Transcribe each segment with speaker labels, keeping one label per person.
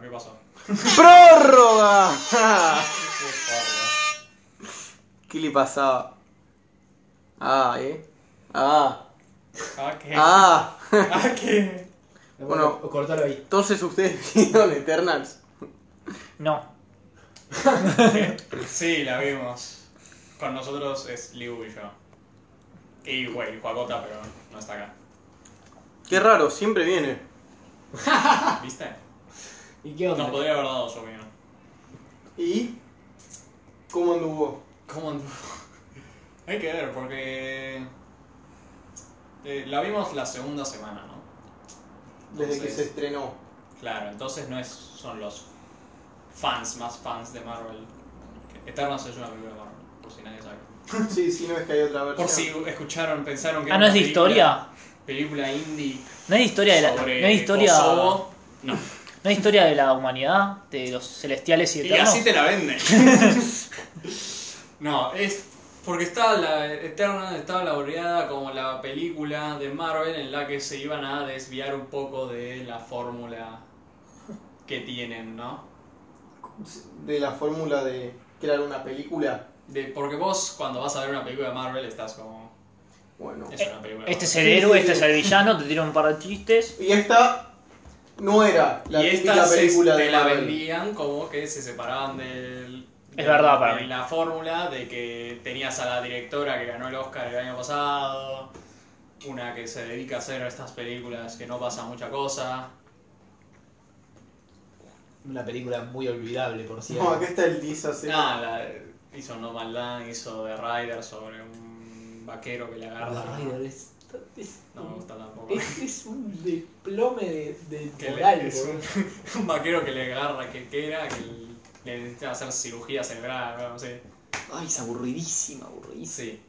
Speaker 1: ¿qué pasó?
Speaker 2: ¡Prórroga!
Speaker 1: Qué barba.
Speaker 2: ¿Qué le pasaba? Ah, ¿eh? Ah,
Speaker 1: Ah, qué.
Speaker 2: ah.
Speaker 1: Ah, qué.
Speaker 2: Bueno.
Speaker 3: O cortalo ahí.
Speaker 2: Entonces ustedes vieron Eternals.
Speaker 4: No.
Speaker 1: Sí, la vimos. Con nosotros es Liu y yo. Y, güey, Juacota, pero no está acá.
Speaker 2: Qué raro, siempre viene.
Speaker 1: ¿Viste?
Speaker 3: ¿Y qué
Speaker 1: Nos
Speaker 3: onda?
Speaker 1: podría haber dado su opinión.
Speaker 2: ¿Y? ¿Cómo anduvo?
Speaker 1: ¿Cómo anduvo? Hay que ver, porque. eh, la vimos la segunda semana, ¿no?
Speaker 2: Desde que
Speaker 1: Entonces-
Speaker 2: se estrenó.
Speaker 1: Claro, entonces no es, son los fans más fans de Marvel. Eternals es una película de Marvel, por si nadie sabe.
Speaker 2: Sí, sí, no es que hay otra versión.
Speaker 1: Por si escucharon, pensaron que.
Speaker 4: Ah,
Speaker 1: era
Speaker 4: ¿no
Speaker 1: una
Speaker 4: es de
Speaker 1: película-
Speaker 4: historia?
Speaker 1: Película indie.
Speaker 4: No es historia de la. No
Speaker 1: sobre
Speaker 4: es historia.
Speaker 1: Kosovo. No.
Speaker 4: No es historia de la humanidad, de los celestiales
Speaker 1: Y
Speaker 4: y eternos.
Speaker 1: así te la venden. no, es porque estaba la Eterna, estaba laureada como la película de Marvel en la que se iban a desviar un poco de la fórmula que tienen, ¿no?
Speaker 2: De la fórmula de crear una película.
Speaker 1: De, porque vos cuando vas a ver una película de Marvel estás como...
Speaker 2: Bueno.
Speaker 1: Es una película. de
Speaker 4: Este es
Speaker 1: Marvel".
Speaker 4: el héroe, este es el villano, te tiran un par de chistes.
Speaker 2: Y esta no era la
Speaker 1: y
Speaker 2: típica
Speaker 1: esta se-
Speaker 2: película
Speaker 1: te
Speaker 2: de
Speaker 1: la
Speaker 2: Marvel.
Speaker 1: vendían como que se separaban del...
Speaker 4: Es verdad
Speaker 1: de
Speaker 4: para mí.
Speaker 1: La fórmula de que tenías a la directora que ganó el Oscar el año pasado, una que se dedica a hacer estas películas que no pasa mucha cosa.
Speaker 3: Una película muy olvidable, por
Speaker 2: No,
Speaker 3: cierto.
Speaker 2: acá está el teaser. sí.
Speaker 1: Nada, la- hizo No Man Land, hizo The Rider sobre un vaquero que le agarra.
Speaker 3: Darth Vader es, es,
Speaker 1: No me gusta tampoco.
Speaker 3: es, es un desplome de, de
Speaker 1: Que le-
Speaker 3: moral,
Speaker 1: es
Speaker 3: boludo.
Speaker 1: un, un vaquero que le agarra que quiera, que le necesita hacer cirugía cerebral, no sé.
Speaker 3: Ay, es aburridísima, aburridísima.
Speaker 1: Sí.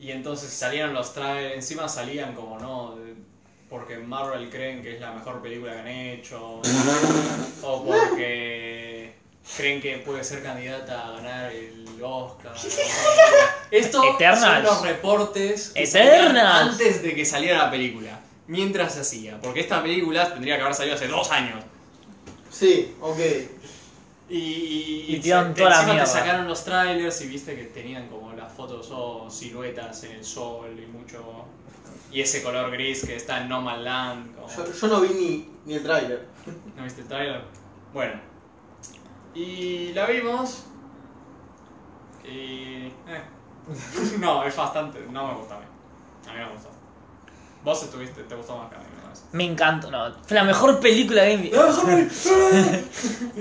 Speaker 1: Y entonces salieron los trailers, encima salían como no, de- porque en Marvel creen que es la mejor película que han hecho, o porque creen que puede ser candidata a ganar el Oscar. Esto son
Speaker 4: Eternals.
Speaker 1: los reportes que salían
Speaker 4: Eternals.
Speaker 1: antes de que saliera la película, mientras se hacía, porque esta película tendría que haber salido hace dos años.
Speaker 2: Sí, ok.
Speaker 1: Y, y,
Speaker 4: Y tiraron
Speaker 1: se-
Speaker 4: toda la
Speaker 1: encima
Speaker 4: mierda.
Speaker 1: te sacaron los trailers y viste que tenían como las fotos o siluetas en el sol y mucho. Y ese color gris que está en No Man's Land. como-
Speaker 2: Yo, yo no vi ni, ni el tráiler.
Speaker 1: ¿No viste el trailer? Bueno. Y la vimos. Y. eh. no, es bastante. No me gustó a mí. A mí no me gustó. Vos estuviste, te gustó más que a mí, me parece.
Speaker 4: Me encantó. No, fue la mejor película que vi.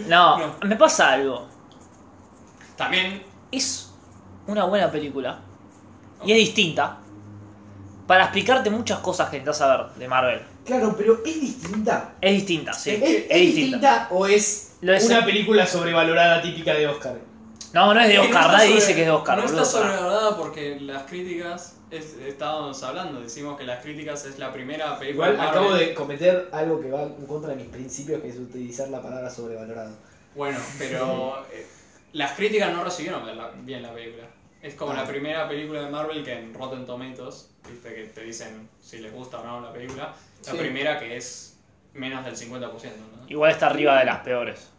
Speaker 4: No, me pasa algo.
Speaker 1: También.
Speaker 4: Es una buena película. Y es distinta. Para explicarte muchas cosas que necesitas saber de Marvel.
Speaker 3: Claro, pero es distinta.
Speaker 4: Es distinta, sí.
Speaker 3: ¿Es, es distinta o es
Speaker 4: Lo es-
Speaker 3: una película sobrevalorada típica de Oscar?
Speaker 4: No, no es Ah, de
Speaker 1: que no
Speaker 4: Oscar.
Speaker 1: está
Speaker 4: Nadie
Speaker 1: sobre-
Speaker 4: dice que es de Oscar.
Speaker 1: No está
Speaker 4: boludo.
Speaker 1: sobrevalorada porque las críticas, es, estábamos hablando, decimos que las críticas es la primera película.
Speaker 3: Igual acabo
Speaker 1: Marvel.
Speaker 3: de cometer algo que va en contra de mis principios, que es utilizar la palabra sobrevalorado.
Speaker 1: Bueno, pero eh, las críticas no recibieron bien la, bien la película. Es como
Speaker 4: Ah.
Speaker 1: la primera película de Marvel que en Rotten Tomatoes, viste que te dicen si les gusta o no la película, la
Speaker 2: Sí.
Speaker 1: primera que es menos del 50%. ¿no?
Speaker 4: Igual está arriba de las peores.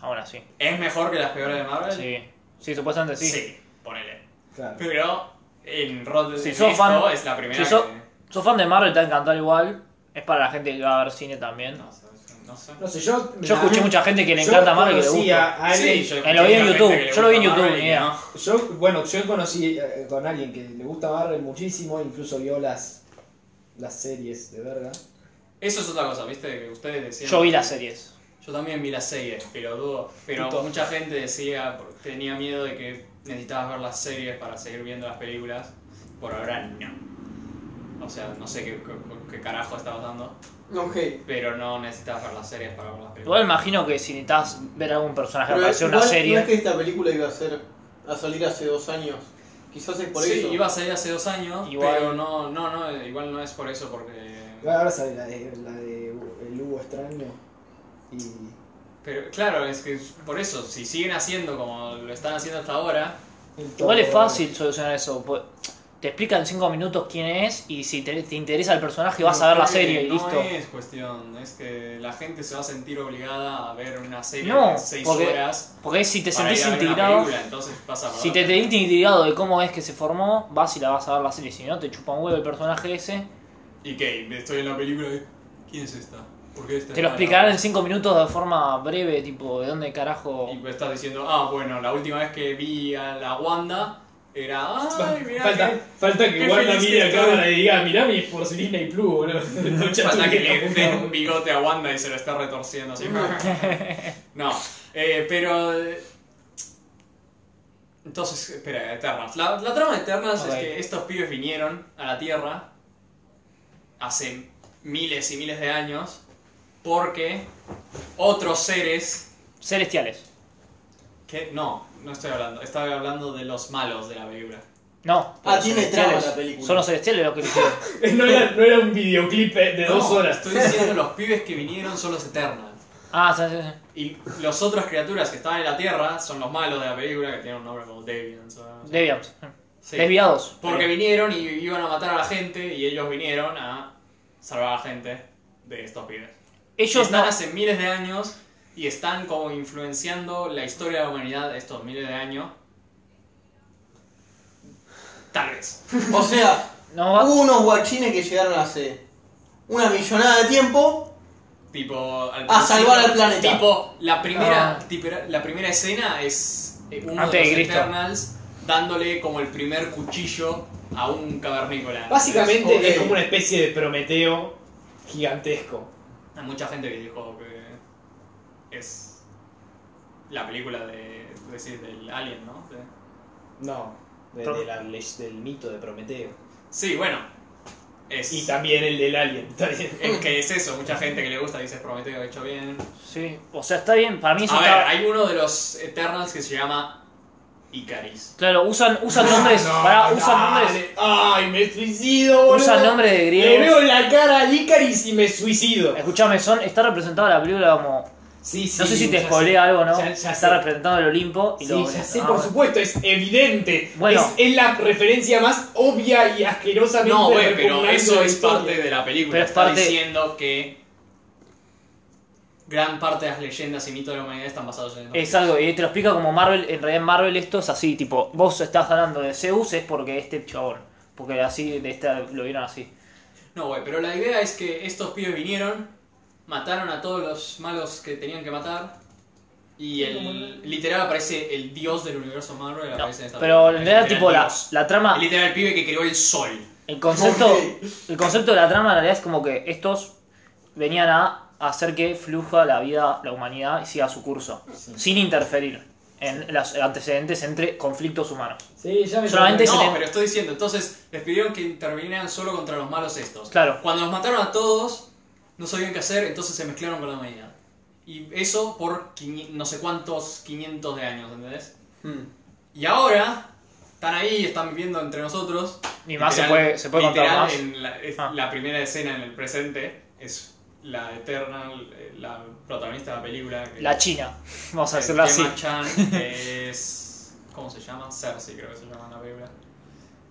Speaker 4: Aún así.
Speaker 1: ¿Es mejor que las peores de Marvel?
Speaker 4: Sí. Sí, supuestamente sí.
Speaker 1: Sí, ponele.
Speaker 3: Claro.
Speaker 1: Pero en Rotten
Speaker 4: Si
Speaker 1: en
Speaker 4: sos
Speaker 1: esto
Speaker 4: fan-
Speaker 1: es la primera
Speaker 4: si sos-
Speaker 1: que...
Speaker 4: Sos fan de Marvel, te va a encantar igual. Es para la gente que va a ver cine también.
Speaker 1: No sé, no sé.
Speaker 3: No sé, yo.
Speaker 4: Yo escuché mucha gente que le
Speaker 3: Yo
Speaker 4: encanta Marvel y que le
Speaker 3: conocí
Speaker 4: gusta.
Speaker 3: a alguien-
Speaker 1: yo
Speaker 4: Eh, lo vi en
Speaker 1: escuché
Speaker 4: YouTube,
Speaker 1: gente que
Speaker 4: yo
Speaker 1: le
Speaker 4: lo vi en
Speaker 1: gusta
Speaker 4: YouTube,
Speaker 1: Marvel y
Speaker 4: ni idea.
Speaker 1: no.
Speaker 3: Yo, bueno, yo conocí eh, con alguien que le gusta Marvel muchísimo, incluso vio las, las series de verga.
Speaker 1: Eso es otra cosa, viste, que ustedes decían.
Speaker 4: Yo vi las series.
Speaker 1: Yo también vi las series, pero dudo. Pero
Speaker 3: Puto.
Speaker 1: mucha gente decía, tenía miedo de que necesitabas ver las series para seguir viendo las películas. Por ahora no. O sea, no sé qué, qué- qué carajo está pasando,
Speaker 2: Ok.
Speaker 1: pero no necesitabas ver las series para ver las
Speaker 4: Igual
Speaker 1: películas.
Speaker 4: imagino que si necesitas ver algún personaje
Speaker 2: Pero
Speaker 4: aparecer en una
Speaker 2: igual No es
Speaker 4: serie.
Speaker 2: que esta película iba a ser a salir hace dos años. Quizás es por
Speaker 1: sí,
Speaker 2: eso.
Speaker 1: iba a salir hace dos años,
Speaker 4: Igual-
Speaker 1: pero no, no, no, igual no es por eso, porque.
Speaker 3: Ahora sale la de, la de El Hugo Extraño. Y.
Speaker 1: Pero claro, es que por eso, si siguen haciendo como lo están haciendo hasta ahora,
Speaker 3: el
Speaker 4: Igual es
Speaker 3: todo-
Speaker 4: fácil solucionar eso. pues, te explica en 5 minutos quién es y si te, te interesa el personaje vas a ver la serie y
Speaker 1: no
Speaker 4: listo.
Speaker 1: es cuestión, es que la gente se va a sentir obligada a ver una serie
Speaker 4: No,
Speaker 1: de 6
Speaker 4: porque
Speaker 1: horas.
Speaker 4: Porque si te
Speaker 1: para ir
Speaker 4: sentís
Speaker 1: a ver una
Speaker 4: integrado,
Speaker 1: película, entonces pasa por
Speaker 4: si
Speaker 1: otra.
Speaker 4: te sentís integrado de cómo es que se formó, vas y la vas a ver la serie. Si no, te chupa un huevo el personaje ese.
Speaker 1: ¿Y qué? Estoy en la película y... ¿Quién es esta? ¿Por qué esta
Speaker 4: Te lo
Speaker 1: está
Speaker 4: explicarán
Speaker 1: la-
Speaker 4: en 5 minutos de forma breve, tipo, de dónde carajo.
Speaker 1: Y estás diciendo, ah, bueno, la última vez que vi a la Wanda era. ¡Ay, mirá!
Speaker 3: falta,
Speaker 1: que-
Speaker 3: falta que
Speaker 1: qué
Speaker 3: Wanda
Speaker 1: feliz
Speaker 3: mire
Speaker 1: que
Speaker 3: a
Speaker 1: estoy.
Speaker 3: cámara y diga, mirá mi porcelina y plus, boludo. Concha
Speaker 1: Falta
Speaker 3: tu
Speaker 1: que
Speaker 3: vieja
Speaker 1: le
Speaker 3: puta,
Speaker 1: den
Speaker 3: boludo.
Speaker 1: un bigote a Wanda y se lo está retorciendo así. no, eh, pero. eh, Entonces, espera, Eternas. La, la trama de Eternas
Speaker 4: Ok.
Speaker 1: es que estos pibes vinieron a la Tierra hace miles y miles de años porque otros seres
Speaker 4: Celestiales.
Speaker 1: que no, no estoy hablando, estaba hablando de los malos de la película.
Speaker 4: No.
Speaker 2: Ah,
Speaker 4: los
Speaker 2: tiene
Speaker 4: celestiales.
Speaker 2: trama la película.
Speaker 4: Son los celestiales los que lo hicieron.
Speaker 3: Eh, No era, no era un videoclip eh, de
Speaker 1: No,
Speaker 3: dos horas.
Speaker 1: Estoy diciendo los pibes que vinieron son los Eternals.
Speaker 4: ah, sí, sí, sí.
Speaker 1: Y los otros criaturas que estaban en la Tierra son los malos de la película, que tienen un nombre como Deviants. o algo así.
Speaker 4: Deviants.
Speaker 1: Sí.
Speaker 4: Desviados.
Speaker 1: Porque vinieron y iban a matar a la gente y ellos vinieron a salvar a la gente de estos pibes.
Speaker 4: Ellos
Speaker 1: están
Speaker 4: no.
Speaker 1: hace miles de años y están como influenciando la historia de la humanidad estos miles de años. Tal vez.
Speaker 2: O sea,
Speaker 4: no va-
Speaker 2: hubo unos guachines que llegaron hace una millonada de tiempo.
Speaker 1: Tipo, al
Speaker 2: A
Speaker 1: principio,
Speaker 2: salvar al planeta.
Speaker 1: Tipo, la primera,
Speaker 4: Ah.
Speaker 1: tipo, la primera escena es eh, uno
Speaker 4: Antes de
Speaker 1: de los
Speaker 4: Cristo.
Speaker 1: Eternals dándole como el primer cuchillo a un cavernícola.
Speaker 3: Básicamente
Speaker 2: Ok.
Speaker 3: es como una especie de Prometeo gigantesco.
Speaker 1: Hay mucha gente que dijo que es la película de, decir, del Alien, ¿no? De-
Speaker 3: No, de-
Speaker 4: Pro-
Speaker 3: de la le- del mito de Prometeo.
Speaker 1: Sí, bueno. Es,
Speaker 3: Y también el del alien, está bien.
Speaker 1: es que es eso, mucha gente que le gusta dice Prometeo hecho bien.
Speaker 4: Sí. O sea, está bien. Para mí eso
Speaker 1: A ver,
Speaker 4: está.
Speaker 1: hay uno de los Eternals que se llama Icaris.
Speaker 4: Claro, usan, usan nombres.
Speaker 3: No,
Speaker 4: pará,
Speaker 3: no,
Speaker 4: usan nombres.
Speaker 3: dale. Ay, me suicido, boludo. eh,
Speaker 4: Usan nombres
Speaker 3: Le
Speaker 4: de
Speaker 3: veo
Speaker 4: griegos.
Speaker 3: la cara a Icaris y me suicido.
Speaker 4: Escuchame, son, está representada la película como.
Speaker 3: Sí, sí.
Speaker 4: No sé si te
Speaker 3: ya
Speaker 4: spoilé
Speaker 3: sé.
Speaker 4: algo, ¿no?
Speaker 3: Ya- ya
Speaker 4: está
Speaker 3: sé.
Speaker 4: representado el Olimpo y
Speaker 3: Sí,
Speaker 4: lo.
Speaker 3: ya sé,
Speaker 4: ah,
Speaker 3: por
Speaker 4: bueno.
Speaker 3: supueste, es evidente.
Speaker 4: Bueno.
Speaker 3: Es, es la referencia más obvia y asquerosamente
Speaker 1: No, güey, pero
Speaker 3: repugnante de
Speaker 1: eso
Speaker 3: la
Speaker 1: es
Speaker 3: historia.
Speaker 1: parte de la película.
Speaker 4: Pero es
Speaker 1: Está
Speaker 4: parte-
Speaker 1: diciendo que gran parte de las leyendas y mitos de la humanidad están basados en...
Speaker 4: Es algo, y te lo explica como Marvel, en realidad en Marvel esto es así, tipo, vos estás hablando de Zeus es porque este chabón, porque así, de esta, lo vieron así.
Speaker 1: No, güey, pero la idea es que estos pibes vinieron, mataron a todos los malos que tenían que matar. Y el, literal aparece el dios del universo Marvel.
Speaker 4: No,
Speaker 1: aparece en esta
Speaker 4: pero
Speaker 1: película,
Speaker 4: en realidad,
Speaker 1: literal
Speaker 4: tipo, la, Ah.
Speaker 1: dios.
Speaker 4: la trama,
Speaker 1: Literal, el pibe que creó el sol.
Speaker 4: el concepto,
Speaker 2: Ok.
Speaker 4: el concepto de la trama en realidad es como que estos venían a hacer que fluja la vida, la humanidad y siga su curso, sin interferir en los antecedentes entre conflictos humanos.
Speaker 3: Sí, ya me
Speaker 4: Solamente
Speaker 3: acordé.
Speaker 4: se
Speaker 1: No,
Speaker 4: le-
Speaker 1: pero estoy diciendo, entonces les pidieron que intervinieran solo contra los malos estos.
Speaker 4: Claro.
Speaker 1: Cuando los mataron a todos, no sabían qué hacer, entonces se mezclaron con la humanidad. Y eso por quiñ- no sé cuántos 500 de años, ¿entendés?
Speaker 3: Mm.
Speaker 2: Hmm.
Speaker 1: Y ahora están ahí, están viviendo entre nosotros.
Speaker 4: Y más se puede, se puede contar
Speaker 1: literal,
Speaker 4: más.
Speaker 1: en la, es
Speaker 4: Ah.
Speaker 1: la primera escena en el presente es la Eternal, eh, la protagonista de la película. que-
Speaker 4: La China, vamos a
Speaker 1: que
Speaker 4: decirlo así.
Speaker 1: Gemma Chan, que es. ¿Cómo se llama? Cersei, creo que se llama en la película.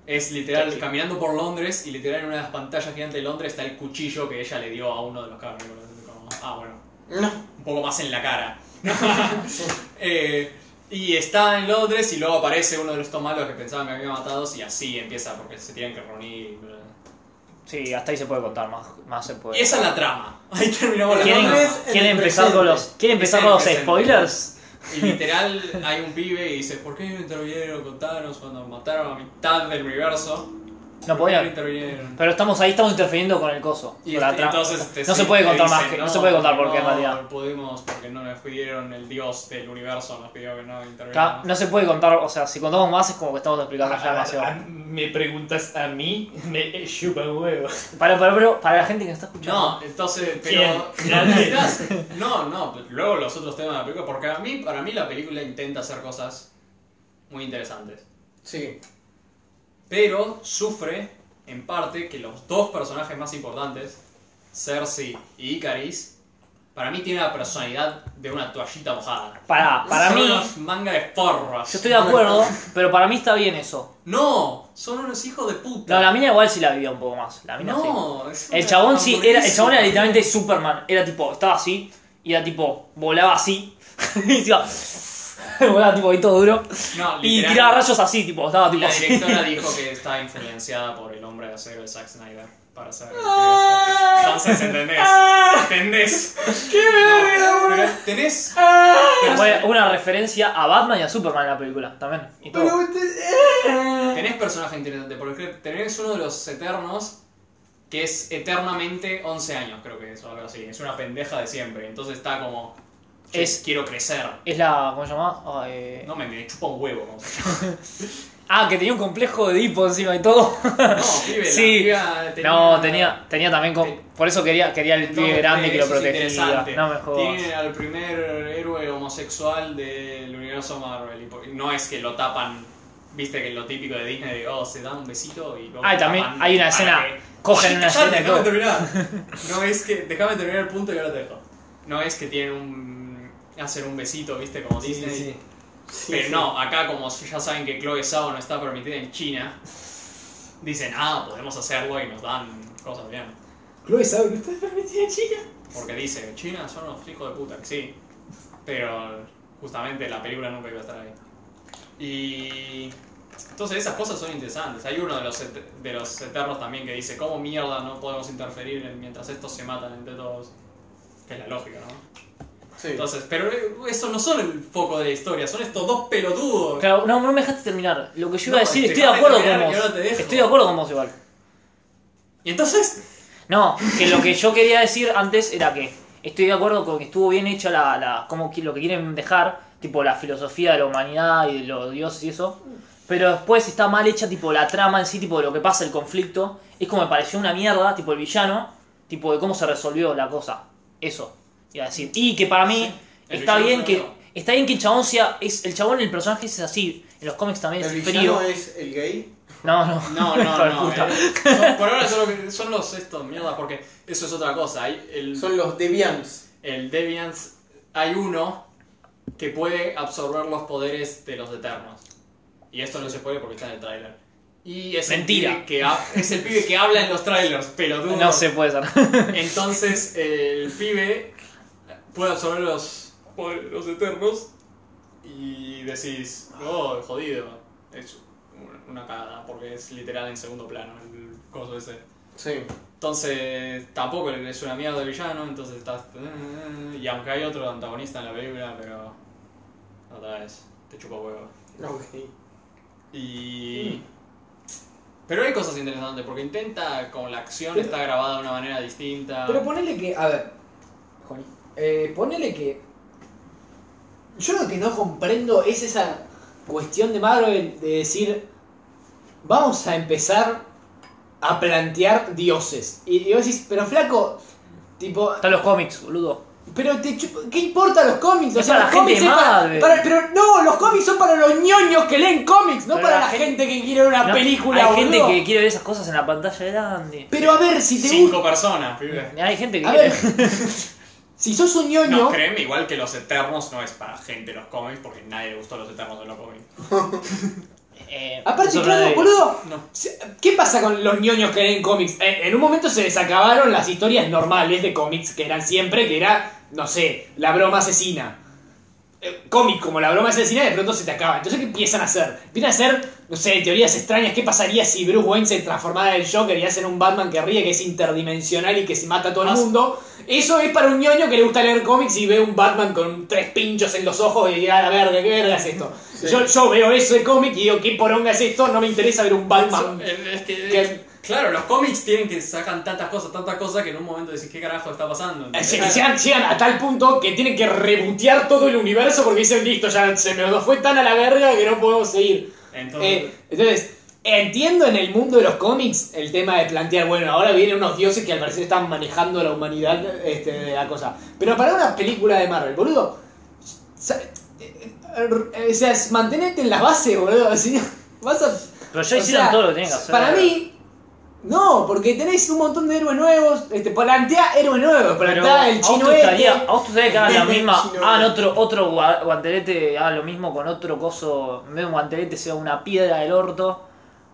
Speaker 1: Es literal,
Speaker 4: Cersei.
Speaker 1: caminando por Londres y literal en una de las pantallas gigantes de Londres está el cuchillo que ella le dio a uno de los cabros. como, Ah, bueno,
Speaker 2: No.
Speaker 1: un poco más en la cara. Eh, y está en Londres y luego aparece uno de los tomalos que pensaban que había matado y así empieza porque se tienen que reunir. bla, bla.
Speaker 4: Sí, hasta ahí se puede contar, más, más se puede.
Speaker 1: Y esa es la trama. Ahí terminamos la
Speaker 4: ¿Quieren,
Speaker 1: trama.
Speaker 2: Londres en
Speaker 4: quieren
Speaker 2: el
Speaker 4: empezar con
Speaker 2: presente.
Speaker 4: los, ¿quieren empezar
Speaker 1: Es
Speaker 4: con
Speaker 1: el
Speaker 4: los
Speaker 1: presente.
Speaker 4: spoilers?
Speaker 1: Y literal hay un pibe y dice, ¿por qué no intervinieron con Thanos cuando mataron a mitad del universo? ¿Por
Speaker 4: No
Speaker 1: qué
Speaker 4: podían.
Speaker 1: intervinieron?
Speaker 4: Pero estamos ahí, estamos interfiriendo con el coso.
Speaker 1: Y
Speaker 4: con Pues la
Speaker 1: este-
Speaker 4: trama.
Speaker 1: entonces, este,
Speaker 4: no
Speaker 1: sí,
Speaker 4: se puede
Speaker 1: le
Speaker 4: contar más,
Speaker 1: dicen,
Speaker 4: que, no, se puede contar porque en
Speaker 1: no
Speaker 4: realidad.
Speaker 1: pudimos porque no nos pidieron el dios del universo, nos pidió que no
Speaker 4: Claro,
Speaker 1: interviniéramos.
Speaker 4: no se puede contar, o sea, si contamos más es como que estamos explicando
Speaker 1: Ah,
Speaker 4: ya demasiado.
Speaker 3: A- a- me preguntas a mí, me chupa un huevo.
Speaker 4: Para, para, pero para la gente que nos está escuchando.
Speaker 1: ah. No, entonces,
Speaker 3: ¿Quién?
Speaker 1: pero no necesitas. No, no, luego los otros temas de la película, porque a mí, para mí la película intenta hacer cosas muy interesantes.
Speaker 2: Sí.
Speaker 1: Pero sufre, en parte, que los dos personajes más importantes, Cersei y Icaris, Para mí tiene la personalidad de una toallita mojada.
Speaker 4: Para, para
Speaker 1: Son
Speaker 4: mí,
Speaker 1: unos manga de porros.
Speaker 4: yo estoy de acuerdo, pero para mí está bien eso.
Speaker 1: No, son unos hijos de puta.
Speaker 4: No, la mina igual sí la vivía un poco más. La mina sí.
Speaker 1: No, es
Speaker 4: El
Speaker 1: una
Speaker 4: chabón sí, era, el chabón era
Speaker 1: hamburguesa.
Speaker 4: literalmente Superman. Era tipo, estaba así, y era tipo, volaba así. y se iba- volaba tipo ahí todo duro.
Speaker 1: No,
Speaker 4: Y
Speaker 1: literal-
Speaker 4: tiraba rayos así, tipo, estaba tipo
Speaker 1: La
Speaker 4: así.
Speaker 1: directora dijo que está influenciada por el hombre de acero de Zack Snyder para hacer el videojuego. Entonces entendés.
Speaker 4: Ah.
Speaker 1: ¿Entendés? ¡Qué verga, Tenés.
Speaker 4: Fue una referencia a Batman y a Superman en la película, también. Y todo.
Speaker 2: Pero usted.
Speaker 1: Tenés personaje interesante, porque tenés uno de los eternos que es eternamente 11 años, creo que es o algo así. Es una pendeja de siempre, entonces está como. che,
Speaker 4: Es-
Speaker 1: Quiero crecer.
Speaker 4: Es la, ¿cómo se llama? Ah, eh,
Speaker 1: No me, me chupa un huevo. como se
Speaker 4: ah, que tenía un complejo de Edipo encima y todo.
Speaker 1: llama. No, pibe, la
Speaker 4: Sí.
Speaker 1: piba tenía-
Speaker 4: No, tenía, tenía también con, por eso quería, quería el pibe
Speaker 1: No,
Speaker 4: grande
Speaker 1: eh,
Speaker 4: que lo
Speaker 1: eso es
Speaker 4: protegía.
Speaker 1: interesante.
Speaker 4: No me jodas.
Speaker 1: Tiene al primer héroe homosexual del universo Marvel. y po- No es que lo tapan, viste que lo típico de Disney de, oh, se dan un besito y luego
Speaker 4: Ah, y también
Speaker 1: tapan
Speaker 4: hay una
Speaker 1: para
Speaker 4: escena,
Speaker 1: que-
Speaker 4: cogen
Speaker 1: Sí,
Speaker 4: una
Speaker 1: cállate,
Speaker 4: escena y todo.
Speaker 1: Déjame terminar. No es que, déjame terminar el punto y ahora te dejo. No es que tienen un, hacen un besito, viste, como
Speaker 3: Sí, sí,
Speaker 1: Disney.
Speaker 3: sí.
Speaker 1: Pero no, acá como ya saben que Chloe Zhao no está permitida en China, dicen, ah, podemos hacerlo y nos dan cosas bien.
Speaker 3: Chloe sabe que usted permitía chica.
Speaker 1: Porque dice, China son unos hijos de puta, que sí. Pero justamente la película nunca iba a estar ahí. Y entonces esas cosas son interesantes. Hay uno de los, et- de los eternos también que dice, ¿cómo mierda no podemos interferir en- mientras estos se matan entre todos? Que es la lógica, ¿no?
Speaker 2: Sí.
Speaker 1: Entonces, pero eh, eso no son el foco de la historia, son estos dos pelotudos.
Speaker 4: Claro, no, no me dejaste terminar. Lo que yo iba a
Speaker 1: No,
Speaker 4: decir,
Speaker 1: te
Speaker 4: estoy de
Speaker 1: dejame
Speaker 4: acuerdo con
Speaker 1: terminar y
Speaker 4: vos.
Speaker 1: ahora te dejo.
Speaker 4: Estoy de acuerdo con vos igual.
Speaker 1: Y entonces,
Speaker 4: No, que lo que yo quería decir antes era que estoy de acuerdo con que estuvo bien hecha la, la como que- lo que quieren dejar, tipo la filosofía de la humanidad y de los dioses y eso. Pero después está mal hecha tipo la trama en sí, tipo de lo que pasa, el conflicto. Es como me pareció una mierda, tipo el villano, tipo de cómo se resolvió la cosa. Eso, iba a decir. Y que para mí
Speaker 1: el
Speaker 4: está
Speaker 1: villano
Speaker 4: bien
Speaker 1: no
Speaker 4: que
Speaker 1: veo.
Speaker 4: está bien que el chabón sea es el chabón el personaje es así. En los cómics también es
Speaker 2: ¿El
Speaker 4: frío.
Speaker 2: villano es el gay?
Speaker 4: No, no.
Speaker 1: no, no,
Speaker 4: hijo de
Speaker 1: no.
Speaker 4: puta.
Speaker 1: eh, son- por ahora son, lo que- son los estos mierda, porque eso es otra cosa. Hay el,
Speaker 2: Son los Deviants.
Speaker 1: el Deviants hay uno que puede absorber los poderes de los Eternos. Y esto no se puede porque está en el tráiler. Y es
Speaker 4: Mentira.
Speaker 1: El pibe que ha- es el pibe que habla en los trailers, pelotudo.
Speaker 4: No se puede ser.
Speaker 1: Entonces eh, el pibe puede absorber los poderes los Eternos y decís, oh, jodido. Es una- una cagada porque es literal en segundo plano el coso ese.
Speaker 2: Sí.
Speaker 1: Entonces, tampoco es una mierda el villano, entonces estás. eh, Y aunque hay otro antagonista en la película, pero. Otra vez, te chupa huevo.
Speaker 2: Ok.
Speaker 1: Y. Pero hay cosas interesantes, porque intenta, como la acción está grabada de una manera distinta.
Speaker 3: Pero ponele que. A ver. Joni, eh, ponele que. Yo lo que no comprendo es esa cuestión de Marvel de decir. Vamos a empezar a plantear dioses. Y, y vos decís, pero flaco. Tipo,
Speaker 4: Están los cómics, boludo.
Speaker 3: pero te chup- ¿qué importa los cómics?
Speaker 4: Es para
Speaker 3: los
Speaker 4: la gente
Speaker 3: cómics
Speaker 4: de
Speaker 3: es para-
Speaker 4: Marvel.
Speaker 3: para- Pero no, los cómics son para los ñoños que leen cómics, no
Speaker 4: Pero
Speaker 3: para
Speaker 4: la
Speaker 3: la
Speaker 4: gente-
Speaker 3: gente, que quiere ver una
Speaker 4: No,
Speaker 3: película,
Speaker 4: Hay gente
Speaker 3: boludo.
Speaker 4: que quiere ver esas cosas en la pantalla grande.
Speaker 3: Pero a ver, si te gusta.
Speaker 1: Cinco personas, pibe.
Speaker 4: Hay gente que
Speaker 3: A
Speaker 4: quiere.
Speaker 3: ver, si sos un ñoño.
Speaker 1: No, créeme, igual que los Eternos no es para gente de los cómics, porque nadie le gustó los Eternos de los cómics.
Speaker 4: Eh,
Speaker 3: Aparte,
Speaker 4: eso no
Speaker 3: claro,
Speaker 4: debería.
Speaker 3: boludo.
Speaker 1: No.
Speaker 3: se- ¿Qué pasa con los ñoños que leen cómics? Eh, En, en un momento se les acabaron las historias normales de cómics que eran siempre, que era, no sé, la broma asesina. Eh, Cómics como la broma asesina de pronto se te acaba. Entonces, ¿qué empiezan a hacer? Empiezan a hacer, no sé, teorías extrañas. ¿Qué pasaría si Bruce Wayne se transformara en el Joker y hacen un Batman que ríe, que es interdimensional y que se mata a todo el
Speaker 1: Ah,
Speaker 3: mundo? Eso es para un ñoño que le gusta leer cómics y ve un Batman con tres pinchos en los ojos y diga, a la verga, ¿qué verga es esto?
Speaker 2: Sí.
Speaker 3: Yo, yo veo eso de cómic y digo, ¿qué poronga es esto? No me interesa ver un
Speaker 1: Eso,
Speaker 3: Batman.
Speaker 1: eh, es que,
Speaker 3: Que-
Speaker 1: claro, los cómics tienen que sacan tantas cosas, tantas cosas que en un momento decís, ¿qué carajo está pasando?
Speaker 3: Eh, se- Llegan, llegan a tal punto que tienen que rebotear todo el universo porque dicen, listo, ya se me nos fue tan a la verga que no podemos seguir.
Speaker 1: Entonces,
Speaker 3: Eh, entonces, entiendo en el mundo de los cómics el tema de plantear, bueno, ahora vienen unos dioses que al parecer están manejando a la humanidad este, de la cosa. Pero para una película de Marvel, boludo, sa- eh, eh, o sea, es- mantenete en la base, boludo. así, vas a
Speaker 4: Pero ya
Speaker 3: O
Speaker 4: hicieron
Speaker 3: sea,
Speaker 4: todo lo que tenían que hacer.
Speaker 3: Para mí, No, porque tenés un montón de héroes nuevos. Este, plantea héroes nuevos.
Speaker 4: Pero
Speaker 3: Plantea el
Speaker 4: a vos
Speaker 3: chino
Speaker 4: te
Speaker 3: este.
Speaker 4: gustaría- a vos te gustaría que hagan la
Speaker 2: El
Speaker 4: misma,
Speaker 2: chino
Speaker 4: hagan
Speaker 2: este.
Speaker 4: otro, otro gua- guantelete, hagan lo mismo con otro coso, en vez de un guantelete sea una piedra del orto,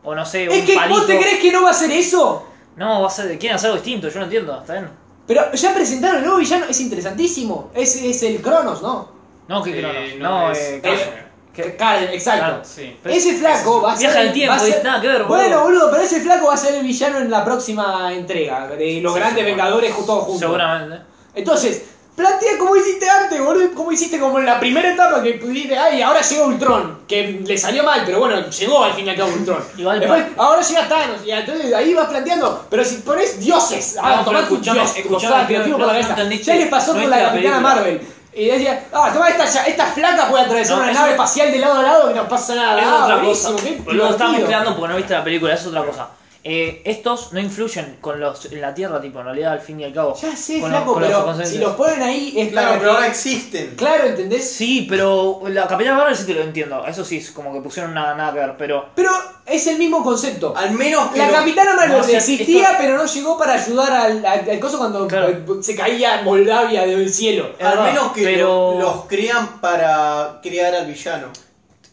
Speaker 4: o no sé,
Speaker 3: Es
Speaker 4: un
Speaker 3: que
Speaker 4: palito.
Speaker 3: vos te crees que no va a ser eso.
Speaker 4: No, va a ser, quieren hacer algo distinto, yo no entiendo, ¿está bien?
Speaker 3: Pero ya presentaron el nuevo villano, es interesantísimo. Es, es el Cronos, ¿no?
Speaker 4: No, que
Speaker 1: Eh,
Speaker 4: Cronos,
Speaker 1: no,
Speaker 4: no,
Speaker 1: es
Speaker 4: eh,
Speaker 1: Kraven.
Speaker 4: Kraven. Que-
Speaker 3: Karen, exacto.
Speaker 4: Claro.
Speaker 1: Sí.
Speaker 4: pero
Speaker 3: Ese flaco va a ser.
Speaker 4: Viaja en el tiempo,
Speaker 3: va a ser-
Speaker 4: dice, nada que ver, boludo.
Speaker 3: Bueno, boludo, pero ese flaco va a ser el villano en la próxima entrega de los
Speaker 1: Sí,
Speaker 3: grandes
Speaker 1: seguro.
Speaker 3: Vengadores ju- todos juntos.
Speaker 4: Seguramente.
Speaker 3: Entonces, plantea como hiciste antes, boludo, como hiciste como en la primera etapa que dijiste, ay, ahora llega Ultron, que le salió mal, pero bueno, llegó al fin y al cabo Ultron.
Speaker 4: Igual
Speaker 3: Después, ahora llega Thanos, y entonces ahí vas planteando, pero si pones dioses, ah,
Speaker 4: No,
Speaker 3: tomá
Speaker 4: pero
Speaker 3: tu
Speaker 4: escuchame,
Speaker 3: dios, tu
Speaker 4: escuchame,
Speaker 3: flaco,
Speaker 4: pero
Speaker 3: lo tiro
Speaker 4: no-
Speaker 3: por la
Speaker 4: no
Speaker 3: cabeza.
Speaker 4: entendiste-
Speaker 3: ya les pasó
Speaker 4: no
Speaker 3: con
Speaker 4: viste
Speaker 3: la
Speaker 4: la
Speaker 3: Capitana
Speaker 4: película.
Speaker 3: Marvel. Y decía, ah, toma esta, ya- esta flaca puede atravesar
Speaker 4: No,
Speaker 3: una
Speaker 4: eso-
Speaker 3: nave espacial de lado a lado y no pasa nada.
Speaker 4: es
Speaker 3: Ah,
Speaker 4: otra
Speaker 3: buenísimo,
Speaker 4: cosa.
Speaker 3: qué
Speaker 4: Boludo, estás
Speaker 3: divertido.
Speaker 4: mezclando porque no viste la película, es otra cosa. Eh, estos no influyen con los en la Tierra, tipo, en realidad, al fin y al cabo.
Speaker 3: Ya sé,
Speaker 4: Con los-
Speaker 3: flaco,
Speaker 4: con los
Speaker 3: pero
Speaker 4: subconscientes.
Speaker 3: si los ponen ahí es
Speaker 2: Claro,
Speaker 3: para
Speaker 2: pero
Speaker 3: que-
Speaker 2: ahora existen.
Speaker 3: Claro, ¿entendés?
Speaker 4: Sí, pero la Capitana Marvel sí te lo entiendo. Eso sí, es como que pusieron nada, nada que ver, pero.
Speaker 3: Pero es el mismo concepto.
Speaker 2: Al menos que
Speaker 3: La
Speaker 2: lo-
Speaker 3: capitana Marvel
Speaker 4: No, o sea,
Speaker 3: existía,
Speaker 4: esto-
Speaker 3: pero no llegó para ayudar al, al, al coso cuando
Speaker 4: Claro.
Speaker 3: eh, se caía Moldavia del cielo.
Speaker 4: Es
Speaker 2: al
Speaker 4: verdad,
Speaker 2: menos que
Speaker 4: pero-
Speaker 2: lo- los crean para crear al villano.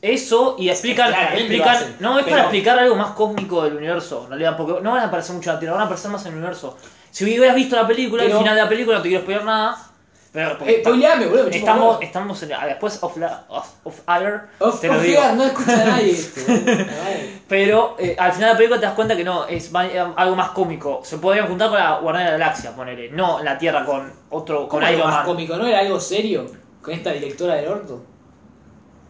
Speaker 4: Eso y explican.
Speaker 3: Claramente
Speaker 4: explican-
Speaker 3: lo hacen,
Speaker 4: no, es
Speaker 3: pero-
Speaker 4: para explicar algo más cósmico del universo, en realidad, porque no van a aparecer mucho en la Tierra, van a aparecer más en el universo. Si hubieras visto la película,
Speaker 3: Pero-
Speaker 4: el final de la película, no te quiero spoiler nada. Pero. porque
Speaker 3: Eh, spoileame, boludo. me chupa
Speaker 4: Estamos,
Speaker 3: un huevo.
Speaker 4: estamos en, ah, después of, la, of, of Air,
Speaker 3: Of-
Speaker 4: te lo
Speaker 3: of
Speaker 4: digo.
Speaker 3: Fear, no escucha a nadie. este, boludo. Ay.
Speaker 4: Pero eh, al final de la película te das cuenta que no, es va- eh, algo más cómico. Se podrían juntar con la Guardiana de la Galaxia, ponele. No la Tierra con otro, con
Speaker 3: ¿Cómo algo
Speaker 4: Iron
Speaker 3: más
Speaker 4: Man.
Speaker 3: cómico, ¿no? Era algo serio con esta directora del orto.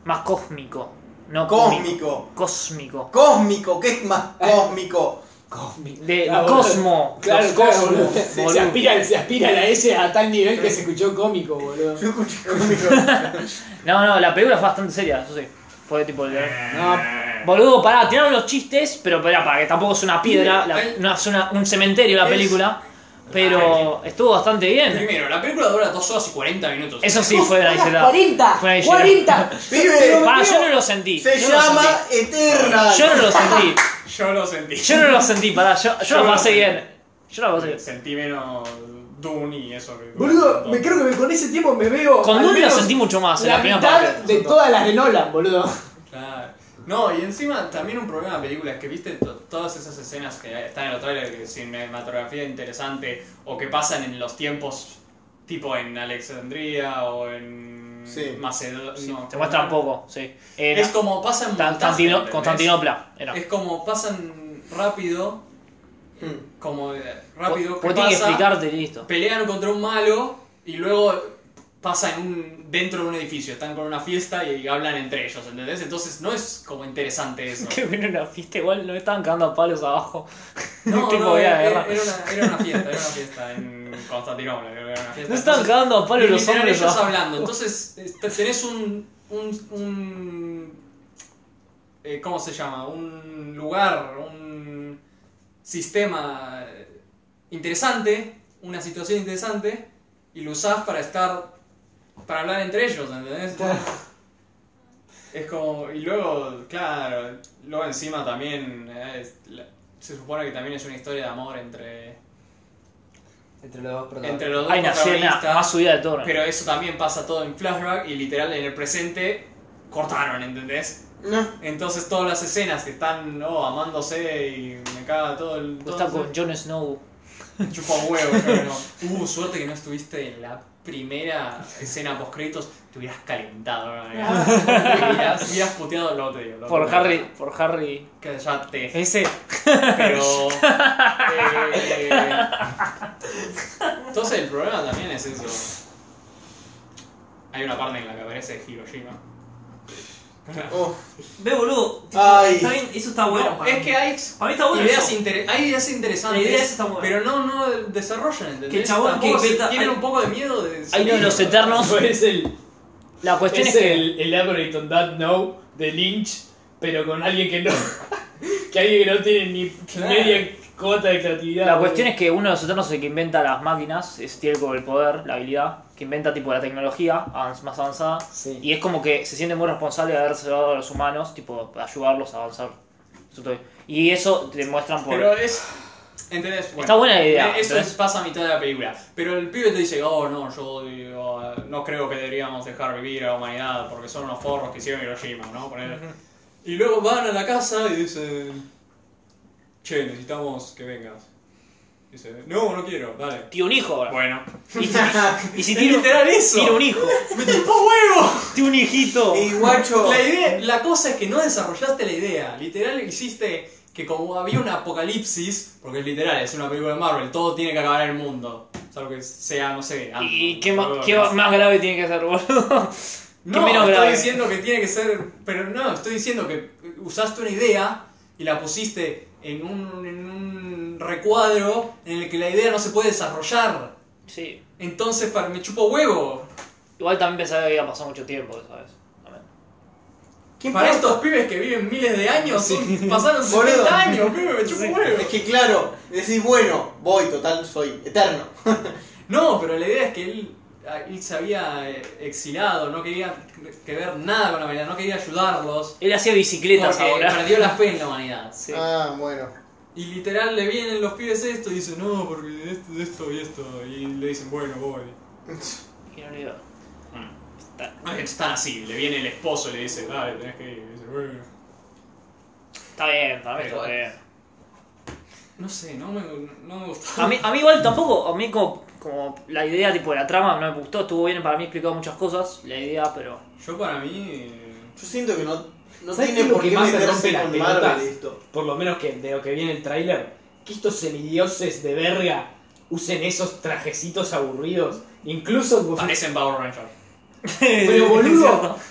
Speaker 4: más cósmico. No cómico.
Speaker 2: Cósmico.
Speaker 4: Cósmico.
Speaker 2: Cósmico, ¿qué es más cósmico?
Speaker 3: Cósmico.
Speaker 4: De
Speaker 3: Ah, boludo.
Speaker 4: Cosmo.
Speaker 3: Claro,
Speaker 4: los
Speaker 3: claro,
Speaker 4: Cosmo,
Speaker 3: boludo. Se, se
Speaker 4: boludo.
Speaker 3: aspira, se aspira la S a tal nivel que se escuchó cómico, boludo.
Speaker 2: Yo escuché cósmico.
Speaker 4: No, no, la película fue bastante seria, eso sí. Fue tipo de-
Speaker 3: No,
Speaker 4: Boludo, pará, tiraron los chistes, pero pará, para que tampoco es una piedra, la- no es una- un cementerio la
Speaker 2: Es-
Speaker 4: película. Pero estuvo bastante bien.
Speaker 1: Primero, la película dura 2 horas y 40 minutos.
Speaker 4: Eso sí fue una
Speaker 3: Unas
Speaker 4: aislada.
Speaker 3: 40,
Speaker 4: Fue una aislada.
Speaker 3: 40.
Speaker 2: Pibe,
Speaker 3: Pero,
Speaker 4: Pará, yo
Speaker 3: boludo,
Speaker 4: no lo sentí.
Speaker 2: Se
Speaker 4: yo no lo
Speaker 2: llama Eternal.
Speaker 4: sentí. Yo no lo sentí.
Speaker 1: Yo lo sentí.
Speaker 4: Yo no lo sentí, pará, yo, yo
Speaker 1: Yo
Speaker 4: lo
Speaker 1: no
Speaker 4: pasé
Speaker 1: lo
Speaker 4: bien. Yo lo pasé bien.
Speaker 1: Sentí menos Dune y eso. que-
Speaker 3: Boludo, me creo que me- con ese tiempo me veo.
Speaker 4: Con
Speaker 3: al
Speaker 4: Dune lo
Speaker 3: menos
Speaker 4: sentí mucho más en la,
Speaker 3: La
Speaker 4: primera
Speaker 3: mitad
Speaker 4: parte.
Speaker 3: de todas las de Nolan, boludo.
Speaker 1: Claro. No, y encima también un problema de la película es que viste to- todas esas escenas que están en los trailers que cinematografía interesante o que pasan en los tiempos tipo en Alexandria o en
Speaker 2: Sí.
Speaker 1: Macedonia. no,
Speaker 4: Te muestran poco, sí. Era
Speaker 1: Es como pasan montaje,
Speaker 4: Constantino-
Speaker 1: ¿entendés?
Speaker 4: Constantinopla. Era.
Speaker 1: Es como pasan rápido,
Speaker 2: Hmm.
Speaker 1: como eh, rápido
Speaker 4: Vos-
Speaker 1: que
Speaker 4: vos tenés que
Speaker 1: pasa,
Speaker 4: explicarte y listo.
Speaker 1: pelean contra un malo y luego pasa en un dentro de un edificio, están con una fiesta y hablan entre ellos, ¿entendés? Entonces no es como interesante eso.
Speaker 4: Que vino una fiesta, igual no estaban cagando a palos abajo.
Speaker 1: No,
Speaker 4: Tipo,
Speaker 1: no,
Speaker 4: voy a
Speaker 1: era,
Speaker 4: agarrar.
Speaker 1: era- era una, era una fiesta, era una fiesta en Constantinopla, creo que era una fiesta.
Speaker 4: No estaban cagando a palos
Speaker 1: Entonces,
Speaker 4: los
Speaker 1: literal,
Speaker 4: hombres
Speaker 1: ellos
Speaker 4: abajo.
Speaker 1: hablando. Entonces, este, tenés un. un, un eh, ¿Cómo se llama? Un lugar, un sistema eh, interesante, una situación interesante, y lo usás para estar. para hablar entre ellos, ¿entendés? Es como. Y luego, claro, luego encima también. eh, es la- se supone que también es una historia de amor entre.
Speaker 3: Entre los dos
Speaker 1: entre los dos
Speaker 4: Hay una escena
Speaker 1: protagonistas.
Speaker 4: más subida de tono.
Speaker 1: Pero eso también pasa todo en flashback y literal en el presente cortaron, ¿entendés?
Speaker 2: No.
Speaker 1: Entonces todas las escenas que están oh, amándose y me caga todo el...
Speaker 4: Vos
Speaker 1: Todo
Speaker 4: estás con Jon Snow.
Speaker 1: me chupa un huevo. pero no. Uh, suerte que no estuviste en la primera escena post créditos, te hubieras calentado. ¿no? Te hubieras, hubieras puteado lo otro. digo, lo
Speaker 4: Por
Speaker 1: otro.
Speaker 4: Harry. Por Harry.
Speaker 1: Cállate.
Speaker 4: Ese.
Speaker 1: Pero... eh, entonces el problema también es eso. Hay una parte en la que aparece Hiroshima.
Speaker 2: Oh.
Speaker 5: Ve, boludo.
Speaker 2: Ay.
Speaker 5: Está bien, eso está Ah, bueno.
Speaker 1: No,
Speaker 5: para
Speaker 1: es
Speaker 5: mí.
Speaker 1: que hay
Speaker 5: Para mí está bueno
Speaker 1: ideas,
Speaker 5: eso.
Speaker 1: inter- hay ideas interesantes,
Speaker 5: La idea esa está buena.
Speaker 1: pero no, no desarrollan, ¿entendés?
Speaker 5: Que el chabón
Speaker 1: Tampoco
Speaker 5: que
Speaker 1: se-
Speaker 5: inventa-
Speaker 1: tienen
Speaker 5: hay-
Speaker 1: un poco de miedo de...
Speaker 4: Hay uno de los eternos.
Speaker 3: Es el.
Speaker 4: La cuestión es
Speaker 3: Es
Speaker 4: que.
Speaker 3: el Elaborate on That No de Lynch, pero con alguien que no. Que alguien que no tiene ni
Speaker 1: Claro.
Speaker 3: media cuota de creatividad.
Speaker 4: La cuestión es que uno de los eternos es el que inventa las máquinas, es, tiene como el poder, la habilidad, que inventa tipo la tecnología avanz- más avanzada.
Speaker 3: Sí.
Speaker 4: Y es como que se siente muy responsable de haberse dado a los humanos, tipo, ayudarlos a avanzar. Eso estoy- Y eso te muestran por.
Speaker 1: Pero es... ¿Entendés? Bueno,
Speaker 4: Está buena la idea,
Speaker 1: eh, Eso
Speaker 4: ¿entendés?
Speaker 1: es- pasa a mitad de la película. Pero el pibe te dice, oh, no, yo digo, eh, no creo que deberíamos dejar vivir a la humanidad porque son unos forros que hicieron Hiroshima, ¿no? Ponele. Y luego van a la casa y dicen, che, necesitamos que vengas. Dice, no, no quiero, dale.
Speaker 4: Tío, un hijo, bro.
Speaker 1: Bueno.
Speaker 4: Y si, y si
Speaker 1: Es
Speaker 4: tiene,
Speaker 1: literal eso.
Speaker 4: tiene un hijo,
Speaker 1: ¡Me chupó huevo!
Speaker 4: tiene un hijito.
Speaker 2: Y guacho.
Speaker 1: La, idea, la cosa es que no desarrollaste la idea. Literal hiciste que como había un apocalipsis, porque es literal, es una película de Marvel, todo tiene que acabar en el mundo. Salvo que sea, no sé.
Speaker 4: ¿Y
Speaker 1: Ant-Man,
Speaker 4: qué, ma-
Speaker 1: boludo,
Speaker 4: qué
Speaker 1: no
Speaker 4: va-
Speaker 1: sé.
Speaker 4: más grave tiene que hacer, boludo?
Speaker 1: No,
Speaker 4: qué menos
Speaker 1: estoy
Speaker 4: grave?
Speaker 1: diciendo que tiene que ser. Pero no, estoy diciendo que usaste una idea y la pusiste en un, en un recuadro en el que la idea no se puede desarrollar.
Speaker 4: Sí.
Speaker 1: Entonces, para- me chupo huevo.
Speaker 4: Igual también pensaba que había pasado mucho tiempo, ¿sabes? También.
Speaker 2: ¿Quién
Speaker 1: Para
Speaker 2: puso-
Speaker 1: estos pibes que viven miles de años, son- pasaron
Speaker 2: Boludo.
Speaker 1: 70 años, pibe, me chupo huevo.
Speaker 2: Es que claro, decís, bueno, voy, total, soy eterno.
Speaker 1: No, pero la idea es que él, ah, él se había eh, exilado, no quería que ver nada con la humanidad, no quería ayudarlos.
Speaker 4: Él hacía bicicletas
Speaker 1: Porque
Speaker 4: ahora.
Speaker 1: perdió la fe en la humanidad.
Speaker 4: Sí.
Speaker 2: Ah, bueno.
Speaker 1: Y literal le vienen los pibes esto y dicen, no, porque esto, esto y esto. Y le dicen, bueno, voy.
Speaker 4: Y no le iba. Está-
Speaker 1: No, Están así, le viene el esposo y le dice, dale, tenés que ir. Y dice, bueno.
Speaker 4: Está bien, para mí está
Speaker 1: Pero-
Speaker 4: bien.
Speaker 1: No sé, no me, no me gustó.
Speaker 4: A mí, a mí igual tampoco, a mí como, como la idea tipo de la trama no me gustó, estuvo bien, para mí explicado muchas cosas, la idea, pero...
Speaker 1: Yo para mí... eh,
Speaker 2: Yo siento que no, no
Speaker 3: ¿Sabes
Speaker 2: tiene
Speaker 3: qué es lo
Speaker 2: por
Speaker 3: que
Speaker 2: qué
Speaker 3: más me rompe
Speaker 2: meterse
Speaker 3: las
Speaker 2: con
Speaker 3: pelotas?
Speaker 2: Marvel esto.
Speaker 3: Por lo menos que de lo que viene el tráiler, que estos semidioses de verga usen esos trajecitos aburridos. Incluso
Speaker 1: Parecen Ah, Power Rangers.
Speaker 3: Pero, boludo.
Speaker 4: Es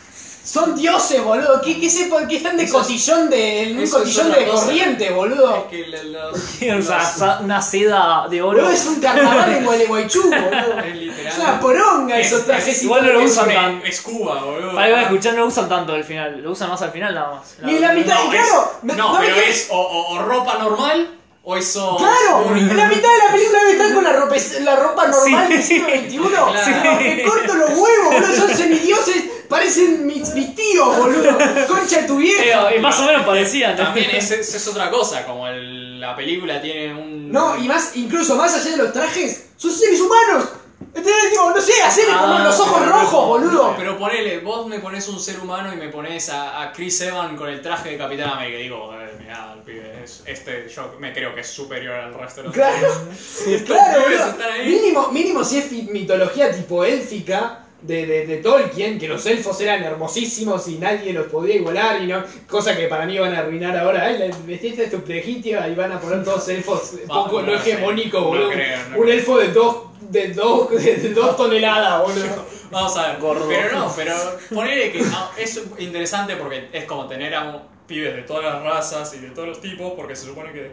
Speaker 3: son dioses, boludo. ¿Qué, qué, se, ¿Por qué están de
Speaker 1: Eso es-
Speaker 3: cotillón de en un
Speaker 1: eso es
Speaker 3: cotillón
Speaker 1: otra
Speaker 3: de
Speaker 1: cosa.
Speaker 3: corriente, boludo?
Speaker 1: Es que la- los-
Speaker 4: cierto. Una,
Speaker 1: los-
Speaker 4: sa- una seda de oro.
Speaker 3: Boludo es un carnaval en Gualeguaychú, boludo.
Speaker 1: es literal.
Speaker 3: Es una poronga
Speaker 1: Es- pues,
Speaker 3: esos
Speaker 1: es-
Speaker 3: trajecitos.
Speaker 4: igual no lo
Speaker 3: de
Speaker 4: usan
Speaker 3: verga.
Speaker 4: tan-
Speaker 1: Es Cuba, boludo. Ah,
Speaker 4: Para que vayan a escuchar, no lo usan tanto al final, lo usan más al final nada más.
Speaker 3: Ni la mitad, y
Speaker 1: No,
Speaker 3: claro,
Speaker 1: es-
Speaker 3: me-
Speaker 1: no,
Speaker 3: no me
Speaker 1: pero
Speaker 3: querés-
Speaker 1: es o, o- o ropa normal o eso.
Speaker 3: ¡Claro! En la mitad de la película debe estar con la ropa, la ropa normal
Speaker 4: Sí.
Speaker 3: del siglo XXI.
Speaker 1: Sí.
Speaker 3: No, me corto los huevos, boludo. Son semidioses, parecen mis, mis tíos, boludo. Concha de tu vieja.
Speaker 4: Eh, más o menos parecían. ¿no?
Speaker 1: También es, es, es otra cosa, como el- la película tiene un.
Speaker 3: No, y más, incluso más allá de los trajes, son seres humanos. ¿Entendés? Tipo, no sé, hacerle como
Speaker 4: Ah,
Speaker 3: los ojos
Speaker 4: pero-
Speaker 3: rojos, boludo.
Speaker 1: Pero ponele, vos me pones un ser humano y me pones a, a Chris Evans con el traje de Capitán América. Y digo, eh, mirá, el pibe, es- este yo me creo que es superior al resto de los.
Speaker 3: Claro,
Speaker 1: Estos
Speaker 3: claro,
Speaker 1: pibes
Speaker 3: boludo.
Speaker 1: están ahí.
Speaker 3: Mínimo, mínimo si es fi- mitología tipo élfica de, de, de Tolkien, que los elfos eran hermosísimos y nadie los podía igualar, y no, cosa que para mí van a arruinar ahora. Ay, la vestiste tu plegitia y van a poner todos elfos
Speaker 1: Va,
Speaker 3: poco
Speaker 1: no
Speaker 3: no
Speaker 1: sé,
Speaker 3: hegemónicos,
Speaker 1: no
Speaker 3: boludo.
Speaker 1: creo, no
Speaker 3: Un
Speaker 1: creo.
Speaker 3: elfo de dos, de dos, de dos toneladas, boludo.
Speaker 1: Vamos a ver.
Speaker 4: Gordo.
Speaker 1: Pero no, pero ponele que ah, es interesante porque es como tener a un- pibes de todas las razas y de todos los tipos, porque se supone que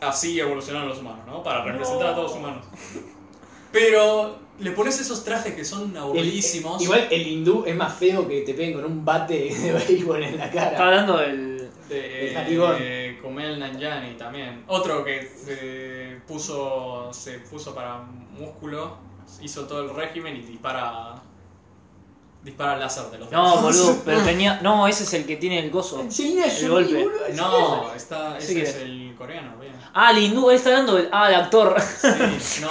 Speaker 1: así evolucionaron los humanos, ¿no? Para representar a todos los humanos. Pero le pones esos trajes que son aburridísimos.
Speaker 3: El- igual el hindú es más feo que te peguen con un bate de béisbol en la
Speaker 4: Está
Speaker 3: cara.
Speaker 4: hablando del...
Speaker 1: de,
Speaker 3: el Haribón.
Speaker 1: eh, Kumel Nanjiani también. Otro que se puso, se puso para músculo, hizo todo el régimen y dispara. Dispara láser de los
Speaker 4: No, boludo, pero tenía... No, ese es el que tiene el gozo.
Speaker 3: Angelina Jolie,
Speaker 4: golpe.
Speaker 3: boludo, es-
Speaker 1: No, está,
Speaker 4: Sí
Speaker 1: ese
Speaker 4: que-
Speaker 1: es el coreano, bien.
Speaker 4: Ah, el hindú, él está hablando del... Ah, el actor.
Speaker 1: Sí, no.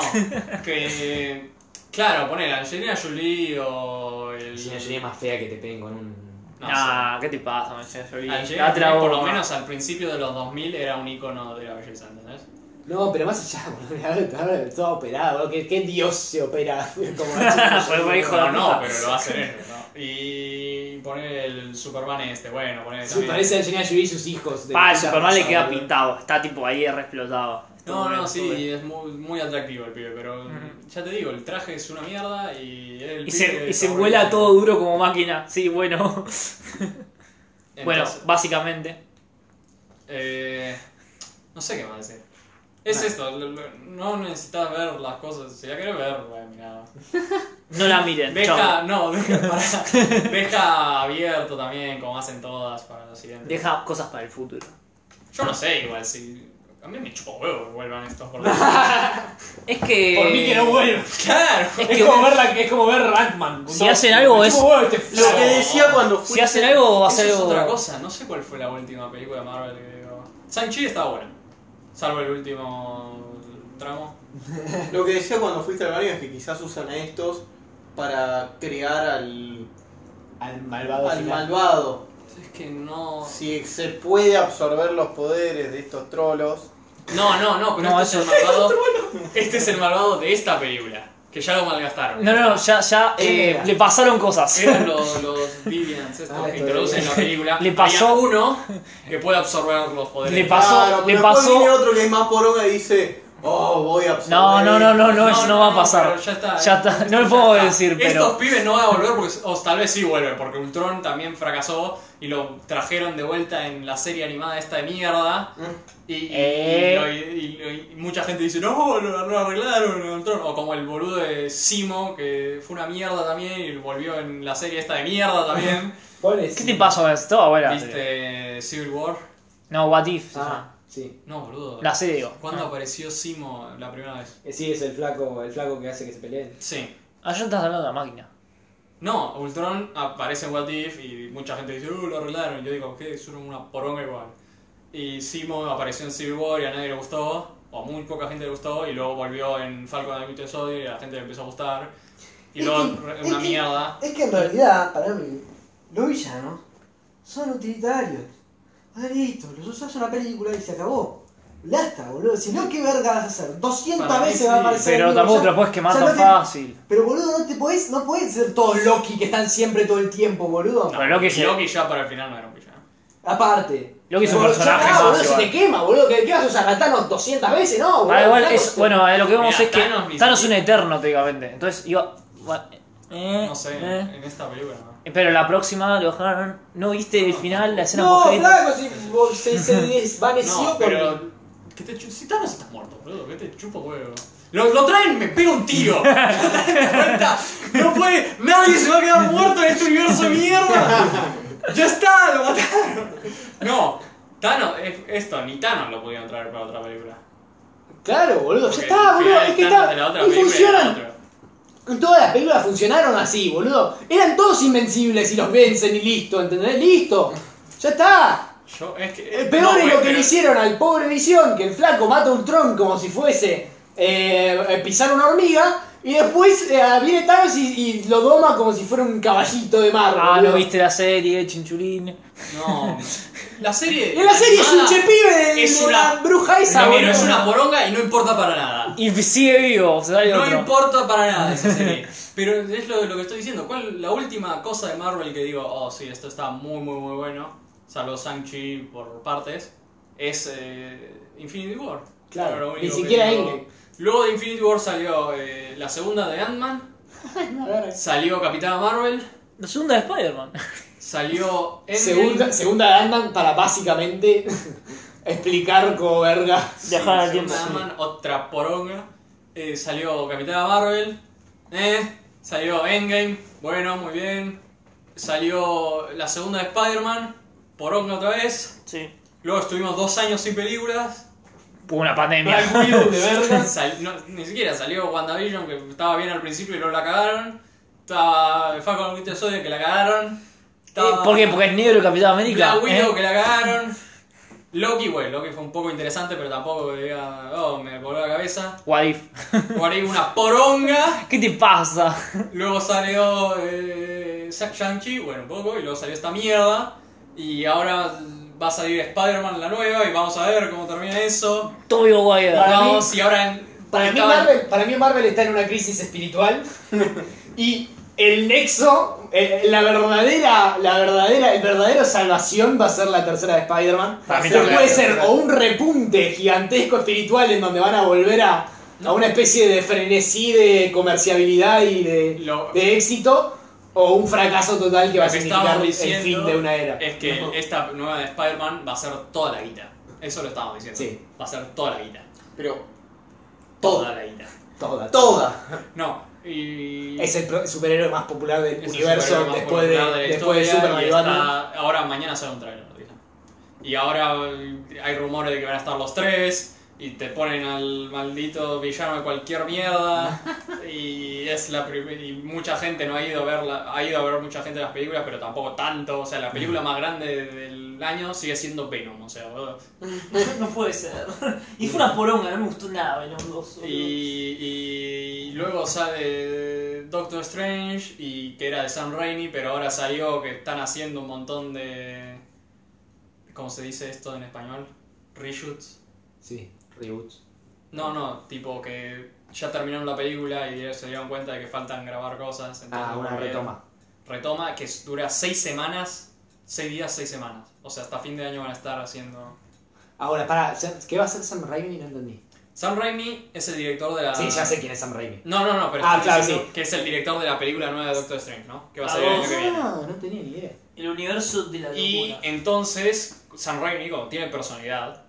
Speaker 1: Que. Claro, poner Angelina Jolie o el.
Speaker 3: Angelina Jolie es más fea que te peguen con un.
Speaker 1: No,
Speaker 4: ah, ¿qué te pasa, Angelina Jolie?
Speaker 1: sí. Angelina
Speaker 4: Date la
Speaker 1: Jolie, por lo
Speaker 4: boca.
Speaker 1: menos al principio de los 2000 era un icono de la belleza, ¿entendés?
Speaker 3: No, pero más allá, boludo, ahora está- ahora está operado, boludo, ¿Qué, qué dios se opera? Como la chica.
Speaker 4: Fue re hijo de
Speaker 1: No, no,
Speaker 4: puta.
Speaker 1: pero lo va a hacer él, ¿no? Y poner el Superman este, bueno, poner
Speaker 3: Sí,
Speaker 1: también.
Speaker 3: parece a Angelina Jolie y sus hijos. de
Speaker 4: Pa, el
Speaker 3: mucha
Speaker 4: Superman
Speaker 3: raza,
Speaker 4: le queda
Speaker 3: boludo.
Speaker 4: pintado, está tipo ahí re explotado.
Speaker 1: No, no,
Speaker 4: Pobre.
Speaker 1: sí, es muy, muy atractivo el pibe, pero
Speaker 4: Ujú.
Speaker 1: ya te digo, el traje es una mierda y el
Speaker 4: Y se,
Speaker 1: pibe
Speaker 4: y se
Speaker 1: favorito.
Speaker 4: vuela todo duro como máquina. Sí, bueno. bueno,
Speaker 1: Entonces-
Speaker 4: básicamente.
Speaker 1: Eh, no sé qué más decir. Es
Speaker 4: Nah.
Speaker 1: esto, lo- lo- no necesitas ver las cosas. Si la querés ver, bueno, mirá.
Speaker 4: No la miren.
Speaker 1: Deja,
Speaker 4: chao.
Speaker 1: no, deja, pará. deja abierto también, como hacen todas para los siguientes.
Speaker 4: Deja cosas para el futuro.
Speaker 1: Yo no sé, igual, si. A mí me chupa huevo que vuelvan estos por
Speaker 4: Es que.
Speaker 3: Por mí que no vuelva.
Speaker 1: Claro.
Speaker 4: Eh, Es
Speaker 3: Es
Speaker 4: que-
Speaker 3: como, ver la, es como ver Ratman.
Speaker 4: Si hacen algo es-
Speaker 3: este
Speaker 2: Lo que
Speaker 1: No.
Speaker 2: decía cuando fui.
Speaker 4: Si hacen algo, va a
Speaker 1: Eso
Speaker 4: ser
Speaker 1: es otra
Speaker 4: algo.
Speaker 1: cosa. No sé cuál fue la última película de Marvel que veo. Shang-Chi está buena. Salvo el último tramo.
Speaker 2: Lo que decía cuando fuiste al baño es que quizás usan a estos para crear al,
Speaker 6: Al
Speaker 7: Ah,
Speaker 6: malvado
Speaker 2: al
Speaker 6: final.
Speaker 2: malvado.
Speaker 1: Es que no.
Speaker 2: Si se puede absorber los poderes de estos trolos.
Speaker 1: No, no, no, pero
Speaker 4: No,
Speaker 1: este es el malvado. Este es el malvado de esta película. Que ya lo malgastaron.
Speaker 4: No, no, ya, ya eh,
Speaker 6: Era.
Speaker 4: le pasaron cosas.
Speaker 1: Eran los, los Vivians estos
Speaker 6: Ah,
Speaker 1: que
Speaker 6: esto
Speaker 1: introducen en la película.
Speaker 4: Le pasó-
Speaker 1: Había uno que puede absorber los poderes.
Speaker 4: Le pasó-
Speaker 2: Claro,
Speaker 4: le
Speaker 2: pero después
Speaker 4: pasó-
Speaker 2: viene otro que es más poronga y dice, oh, voy a absorber.
Speaker 4: No, no, no, no, no,
Speaker 1: No,
Speaker 4: eso no
Speaker 1: no,
Speaker 4: va a
Speaker 1: no,
Speaker 4: pasar.
Speaker 1: pero ya está.
Speaker 4: Ya está, no lo puedo
Speaker 1: Ah,
Speaker 4: decir,
Speaker 1: Estos
Speaker 4: pero.
Speaker 1: pibes no van a volver, porque, o tal vez sí vuelven, porque Ultron también fracasó y lo trajeron de vuelta en la serie animada esta de mierda. Y, y-
Speaker 4: Eh.
Speaker 1: y lo- y- y lo- y mucha gente dice, no, lo, lo arreglaron, a Ultron. O como el boludo de Simo, que fue una mierda también y volvió en la serie esta de mierda también.
Speaker 6: Pobrecito.
Speaker 4: ¿Qué te pasó con esto? abuela?
Speaker 1: ¿Viste Civil War?
Speaker 4: No, What If. se llama.
Speaker 6: Ah, sí.
Speaker 1: No, boludo.
Speaker 4: La serie, digo. Ah.
Speaker 1: ¿Cuándo apareció Simo la primera vez?
Speaker 6: Eh, Sí, es el flaco, el flaco que hace que se peleen.
Speaker 1: Sí.
Speaker 4: Ah, yo estás hablando de la máquina.
Speaker 1: No, Ultron aparece en What If y mucha gente dice, uh, lo arreglaron. Yo digo, ¿qué? Es una poronga igual. Y Simo apareció en Civil War y a nadie le gustó, o muy poca gente le gustó, y luego volvió en Falcon and the Winter Soldier y a la gente le empezó a gustar. Y
Speaker 7: Es
Speaker 1: luego
Speaker 7: que-
Speaker 1: re-
Speaker 7: es
Speaker 1: una
Speaker 7: que-
Speaker 1: mierda.
Speaker 7: Es que en realidad, para mí, los villanos son utilitarios. Ah, listo, los usas en una película y se acabó. Lasta, boludo. Si no, ¿qué verga vas a hacer? 200
Speaker 1: Para mí
Speaker 7: veces va a
Speaker 1: sí,
Speaker 7: aparecer. el
Speaker 4: Pero
Speaker 7: mismo
Speaker 4: tampoco te
Speaker 7: villano.
Speaker 4: lo puedes quemar
Speaker 7: ya
Speaker 4: tan
Speaker 7: no te-
Speaker 4: fácil.
Speaker 7: Pero boludo, no te podés, no podés ser todos Loki que están siempre todo el tiempo, boludo.
Speaker 4: Pero Loki
Speaker 1: Y
Speaker 4: se-
Speaker 1: Loki ya para el final no era un villano.
Speaker 7: Aparte.
Speaker 4: Loki es un
Speaker 7: Boludo,
Speaker 4: personaje
Speaker 7: ya está,
Speaker 4: más
Speaker 7: boludo, se
Speaker 4: igual.
Speaker 7: te quema, boludo. ¿Qué, qué vas a usar? ¿A Thanos 200 veces? No, boludo.
Speaker 4: Ah, igual
Speaker 7: Thanos-
Speaker 4: es, bueno, a lo que vemos
Speaker 1: Mirá,
Speaker 4: es que
Speaker 1: Thanos ni
Speaker 4: Thanos es un
Speaker 1: siquiera-
Speaker 4: eterno, técnicamente. Entonces, iba. gua- eh,
Speaker 1: No sé,
Speaker 4: eh.
Speaker 1: en esta película no.
Speaker 4: Pero la próxima lo dejaron. ¿No viste el final, la escena
Speaker 7: No,
Speaker 4: post-crédito?
Speaker 7: flaco, si, vos- se, se desvaneció
Speaker 1: No,
Speaker 7: con-
Speaker 1: pero. ¿Qué te chu- si Thanos está muerto, boludo, ¿qué te chupa huevo? Lo, lo traen, me pega un tiro. ¿Te das cuenta? No puede, nadie se va a quedar muerto en este universo de mierda. Ya está, lo mataron. No, Thanos, es- esto, ni Thanos lo pudieron traer para otra película.
Speaker 7: Claro, boludo, ya
Speaker 1: Porque
Speaker 7: está,
Speaker 1: el
Speaker 7: boludo,
Speaker 1: final
Speaker 7: es que
Speaker 1: Thanos
Speaker 7: está.
Speaker 1: de la otra
Speaker 7: Y
Speaker 1: película era
Speaker 7: funcionan.
Speaker 1: otro.
Speaker 7: Todas las películas funcionaron así, boludo. Eran todos invencibles y los vencen y listo, ¿entendés? ¡Listo! ¡Ya está!
Speaker 1: Yo, es que.
Speaker 7: El peor
Speaker 1: no,
Speaker 7: es
Speaker 1: güey,
Speaker 7: lo que
Speaker 1: pero-
Speaker 7: le hicieron al pobre Visión, que el flaco mata a Ultron como si fuese eh, eh, pisar una hormiga. Y después eh, viene Thanos y, y lo doma como si fuera un caballito de mar.
Speaker 4: Ah,
Speaker 7: boludo.
Speaker 4: no viste la serie, chinchulín.
Speaker 1: No, la serie.
Speaker 7: Y en la serie es un
Speaker 1: animada,
Speaker 7: chepibe de,
Speaker 1: Ah, es
Speaker 7: de
Speaker 1: una-
Speaker 7: la bruja esa,
Speaker 1: no,
Speaker 7: boludo.
Speaker 1: es una poronga y no importa para nada.
Speaker 4: Y sigue vivo, se sale
Speaker 1: No
Speaker 4: otro.
Speaker 1: importa para nada esa serie. Pero es lo, lo que estoy diciendo. ¿Cuál la última cosa de Marvel que digo, oh sí, esto está muy, muy, muy bueno? Salvo Shang-Chi por partes. Es eh, Infinity War.
Speaker 7: Claro,
Speaker 1: Era lo
Speaker 7: ni
Speaker 1: único que
Speaker 7: siquiera
Speaker 1: digo.
Speaker 7: Endgame.
Speaker 1: Luego de Infinity War salió eh, la segunda de Ant-Man. Salió Capitana Marvel.
Speaker 4: La segunda de Spider-Man.
Speaker 1: Salió Endgame.
Speaker 7: Segunda, segunda de Ant-Man para básicamente explicar cómo verga.
Speaker 1: Sí,
Speaker 4: Viajar al
Speaker 1: segunda
Speaker 4: tiempo.
Speaker 1: de Ant-Man, otra poronga. Eh, salió Capitana Marvel. Eh, salió Endgame. Bueno, muy bien. Salió la segunda de Spider-Man. Poronga otra vez.
Speaker 4: Sí.
Speaker 1: Luego estuvimos dos años sin películas.
Speaker 4: Hubo una pandemia.
Speaker 1: Black Widow de verga. Sal- no, ni siquiera salió WandaVision, que estaba bien al principio y luego la cagaron. Estaba Falcon and Winter Soldier, que la cagaron. Estaba-
Speaker 4: ¿Por qué? Eh, Porque es negro el Capitán América.
Speaker 1: Black Widow
Speaker 4: ¿eh?
Speaker 1: que la cagaron. Loki, bueno, Loki fue un poco interesante, pero tampoco que diga, oh, me voló la cabeza.
Speaker 4: What if?
Speaker 1: Por ahí una poronga.
Speaker 4: ¿Qué te pasa?
Speaker 1: Luego salió eh, Zack Shang-Chi, bueno, un poco, y luego salió esta mierda. Y ahora va a salir Spider-Man la nueva y vamos a ver cómo termina eso.
Speaker 4: Toby Maguire.
Speaker 7: Para mí-
Speaker 1: vamos, y ahora. en-
Speaker 7: Para mí,
Speaker 1: estaban-
Speaker 7: Marvel, para mí Marvel está en una crisis espiritual y el nexo, eh, la verdadera, la verdadera, el verdadero salvación va a ser la tercera de Spider-Man.
Speaker 4: Para mí
Speaker 7: Pero
Speaker 4: también.
Speaker 7: puede ser o un repunte gigantesco espiritual en donde van a volver a, a una especie de frenesí de comerciabilidad y de,
Speaker 1: Lo-
Speaker 7: de éxito o un fracaso total que va a
Speaker 1: Lo que
Speaker 7: significar
Speaker 1: estábamos
Speaker 7: el
Speaker 1: diciendo
Speaker 7: fin de una era.
Speaker 1: es que esta nueva de Spider-Man va a ser toda la guita. Eso lo estábamos diciendo.
Speaker 7: Sí.
Speaker 1: Va a ser toda la guita.
Speaker 2: Pero
Speaker 1: Toda la guita.
Speaker 7: Toda,
Speaker 2: toda.
Speaker 1: No, y.
Speaker 7: Es el pro- superhéroe más popular del
Speaker 1: Es el
Speaker 7: universo
Speaker 1: superhéroe más
Speaker 7: después de,
Speaker 1: popular la
Speaker 7: después de
Speaker 1: historia
Speaker 7: Superman y
Speaker 1: y
Speaker 7: Batman.
Speaker 1: está- Ahora mañana sale un trailer, Y ahora eh, hay rumores de que van a estar los tres. Y te ponen al maldito villano de cualquier mierda. y es la prim- y mucha
Speaker 7: Mm.
Speaker 1: gente no ha ido a ver la- ha ido a ver mucha gente las películas, pero tampoco tanto. O sea, la película más grande del el año sigue siendo Venom, o sea, boludo.
Speaker 5: No puede ser. Y fue una poronga, no me gustó nada Venom 2. boludo.
Speaker 1: Y, y luego sale Doctor Strange y que era de Sam Raimi, pero ahora salió que están haciendo un montón de... ¿Cómo se dice esto en español? Reshoots.
Speaker 3: Sí, reboots.
Speaker 1: No, no, tipo que ya terminaron la película y se dieron cuenta de que faltan grabar cosas. entonces
Speaker 3: Ah, una
Speaker 1: volvieron.
Speaker 3: retoma.
Speaker 1: Retoma que dura seis semanas, seis días, seis semanas. O sea, hasta fin de año van a estar haciendo...
Speaker 3: Ahora, para, ¿qué va a hacer Sam Raimi? No entendí.
Speaker 1: Sam Raimi es el director de la...
Speaker 3: Sí, ya sé quién es Sam Raimi.
Speaker 1: No, no, no, pero
Speaker 3: Ah,
Speaker 1: estoy
Speaker 3: claro,
Speaker 1: diciendo que es el director de la película nueva de Doctor Strange, ¿no? Que va a
Speaker 5: Ah,
Speaker 1: salir el año
Speaker 5: vos.
Speaker 1: que viene.
Speaker 3: Ah, no tenía ni idea.
Speaker 5: El universo de la
Speaker 1: Y
Speaker 5: locura.
Speaker 1: entonces, San Raimi, como tiene personalidad,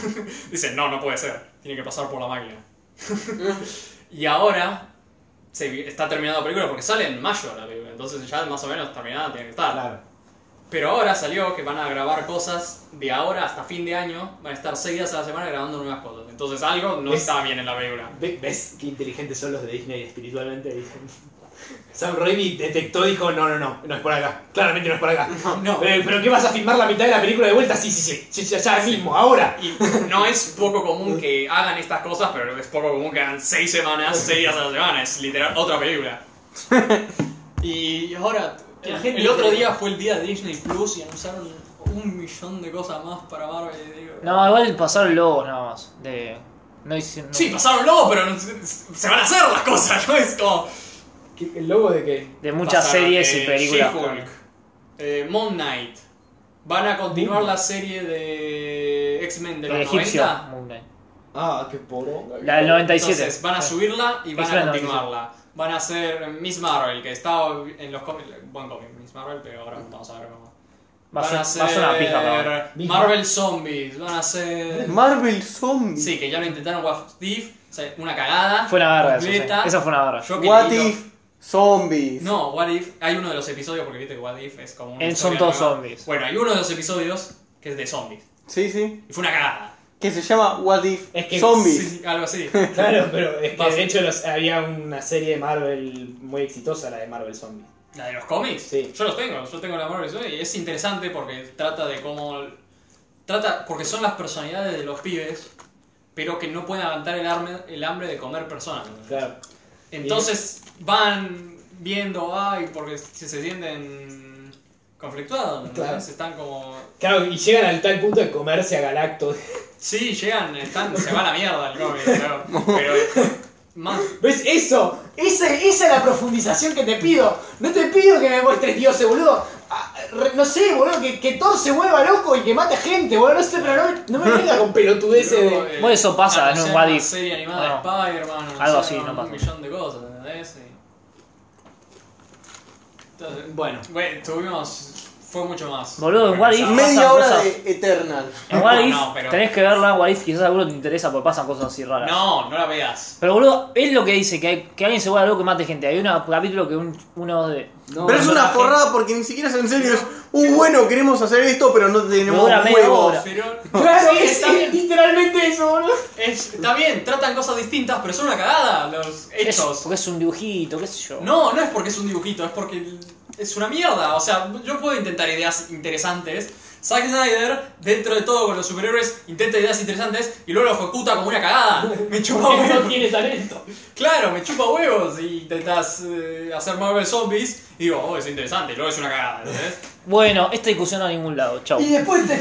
Speaker 1: dice, no, no puede ser, tiene que pasar por la máquina. y ahora se vi- está terminada la película, porque sale en mayo la película, entonces ya más o menos terminada tiene que estar.
Speaker 3: Claro.
Speaker 1: Pero ahora salió que van a grabar cosas de ahora hasta fin de año, van a estar seis días a la semana grabando nuevas cosas. Entonces algo no
Speaker 3: Es-
Speaker 1: está bien en la película.
Speaker 3: Ve- ¿Ves qué inteligentes son los de Disney espiritualmente? Dicen. Sam Raimi detectó y dijo, no, no, no, no es por acá. Claramente no es por acá.
Speaker 1: No.
Speaker 3: Pero, ¿pero qué vas a filmar la mitad de la película de vuelta? Sí, sí, sí. sí, ya, ya mismo, ahora.
Speaker 1: Y no es poco común que hagan estas cosas, pero es poco común que hagan seis semanas, seis días a la semana. Es literal otra película. y ahora,
Speaker 5: Que la
Speaker 1: el,
Speaker 5: gente-
Speaker 1: el otro día fue el día de Disney Plus y anunciaron un millón de cosas más para Marvel. y digo-
Speaker 4: No, igual pasaron logos nada más. De... No hicieron.
Speaker 1: Sí, pasaron luego, pero no- se van a hacer las cosas, ¿no? Es como.
Speaker 3: ¿Qué- ¿El logo de qué?
Speaker 4: De muchas
Speaker 1: pasaron,
Speaker 4: series
Speaker 1: eh,
Speaker 4: y películas.
Speaker 1: She-Hulk, eh, Moon Knight. Van a continuar la serie de X-Men de
Speaker 4: El
Speaker 1: los
Speaker 4: Uh. egipcio.
Speaker 1: 90.
Speaker 4: Muy bien.
Speaker 3: Ah, qué poronga.
Speaker 4: La del 97.
Speaker 1: Entonces van a subirla y van
Speaker 4: Excelente,
Speaker 1: a continuarla. Van a hacer Miss Marvel, que está en los cómics. Buen cómic, Miss Marvel, pero ahora vamos a ver cómo.
Speaker 4: Va a
Speaker 1: Van a
Speaker 4: ser- va a ser una pija, pero bueno.
Speaker 1: hacer Marvel Zombies, van a hacer.
Speaker 2: Marvel Zombie.
Speaker 1: Sí, que ya lo intentaron What If, o sea, una cagada.
Speaker 4: Fue una verga eso. sí.
Speaker 1: completa.
Speaker 4: Eso fue una verga.
Speaker 1: Yo que
Speaker 2: What
Speaker 1: leí los-
Speaker 2: If Zombies.
Speaker 1: No, What If, hay uno de los episodios, porque viste que What If es como. una
Speaker 4: En- son
Speaker 1: historia
Speaker 4: todos
Speaker 1: nueva.
Speaker 4: zombies.
Speaker 1: Bueno, hay uno de los episodios que es de zombies.
Speaker 2: Sí, sí.
Speaker 1: Y fue una cagada.
Speaker 2: Que se llama What If
Speaker 3: Es que-
Speaker 2: Zombies.
Speaker 1: Sí, sí, algo así.
Speaker 3: Claro, pero es que de hecho los- había una serie de Marvel muy exitosa, la de Marvel Zombie.
Speaker 1: ¿La de los cómics?
Speaker 3: Sí.
Speaker 1: Yo los tengo, yo tengo la Marvel Zombie y es interesante porque trata de cómo... Trata, porque son las personalidades de los pibes, pero que no pueden aguantar el, arme- el hambre de comer personas.
Speaker 3: Claro.
Speaker 1: Entonces van viendo, ay, porque se, se sienten conflictuados, ¿no?
Speaker 3: Claro.
Speaker 1: Se están como...
Speaker 3: Claro, y llegan al tal punto de comerse a Galacto.
Speaker 1: Sí, llegan, están, se va a la mierda el cómic, claro. pero... Más,
Speaker 3: ¿Ves eso? Esa, esa es la profundización que te pido. No te pido que me muestres dioses, boludo. Ah, re- No sé, boludo, que, que Thor se vuelva loco y que mate gente, boludo. No sé, pero no, no me venga con pelotudeces
Speaker 1: Luego,
Speaker 3: de...
Speaker 1: eh,
Speaker 4: Bueno, eso pasa, ¿no? En
Speaker 1: anunciaron
Speaker 4: What
Speaker 1: una
Speaker 4: If. Ah.
Speaker 1: serie animada de Spider-Man,
Speaker 4: Algo así,
Speaker 1: anunciaron
Speaker 4: no
Speaker 1: Un
Speaker 4: pasa.
Speaker 1: millón de cosas, ¿entendés? Y- Entonces,
Speaker 3: Bueno.
Speaker 1: bueno, tuvimos. Fue mucho más.
Speaker 4: Boludo, en What If-
Speaker 1: Regresamos.
Speaker 4: Pasan
Speaker 2: Media hora
Speaker 4: cosas.
Speaker 2: de Eternal.
Speaker 4: En What
Speaker 1: No,
Speaker 4: If
Speaker 1: no, pero-
Speaker 4: tenés que verla. What If quizás alguno te interesa porque pasan cosas así raras.
Speaker 1: No, no la veas.
Speaker 4: Pero boludo, es lo que dice, que, hay- que alguien se vuelva loco y mate gente. Hay un capítulo que un- uno de...
Speaker 2: pero es una forrada porque ni siquiera es en serio. Es un bueno, queremos hacer esto, pero no tenemos
Speaker 4: Dura media
Speaker 2: huevos.
Speaker 4: hora.
Speaker 1: Pero.
Speaker 3: Claro,
Speaker 1: Sí,
Speaker 3: es,
Speaker 1: está,
Speaker 3: es
Speaker 1: bien,
Speaker 3: literalmente eso, boludo.
Speaker 1: es- está bien, tratan cosas distintas, pero son una cagada los
Speaker 4: Es,
Speaker 1: hechos.
Speaker 4: porque es un dibujito, qué sé yo.
Speaker 1: No, no es porque es un dibujito, es porque es una mierda. O sea, yo puedo intentar ideas interesantes. Zack Snyder, dentro de todo con los superhéroes, intenta ideas interesantes y luego lo ejecuta como una cagada. Me chupa
Speaker 3: No
Speaker 1: huevos.
Speaker 3: tiene talento.
Speaker 1: Claro, me chupa huevos. Y intentas eh, hacer Marvel Zombies y digo, oh, es interesante, y luego es una cagada. ¿entendés?
Speaker 4: Bueno, esta discusión no a ningún lado, chau.
Speaker 7: Y después te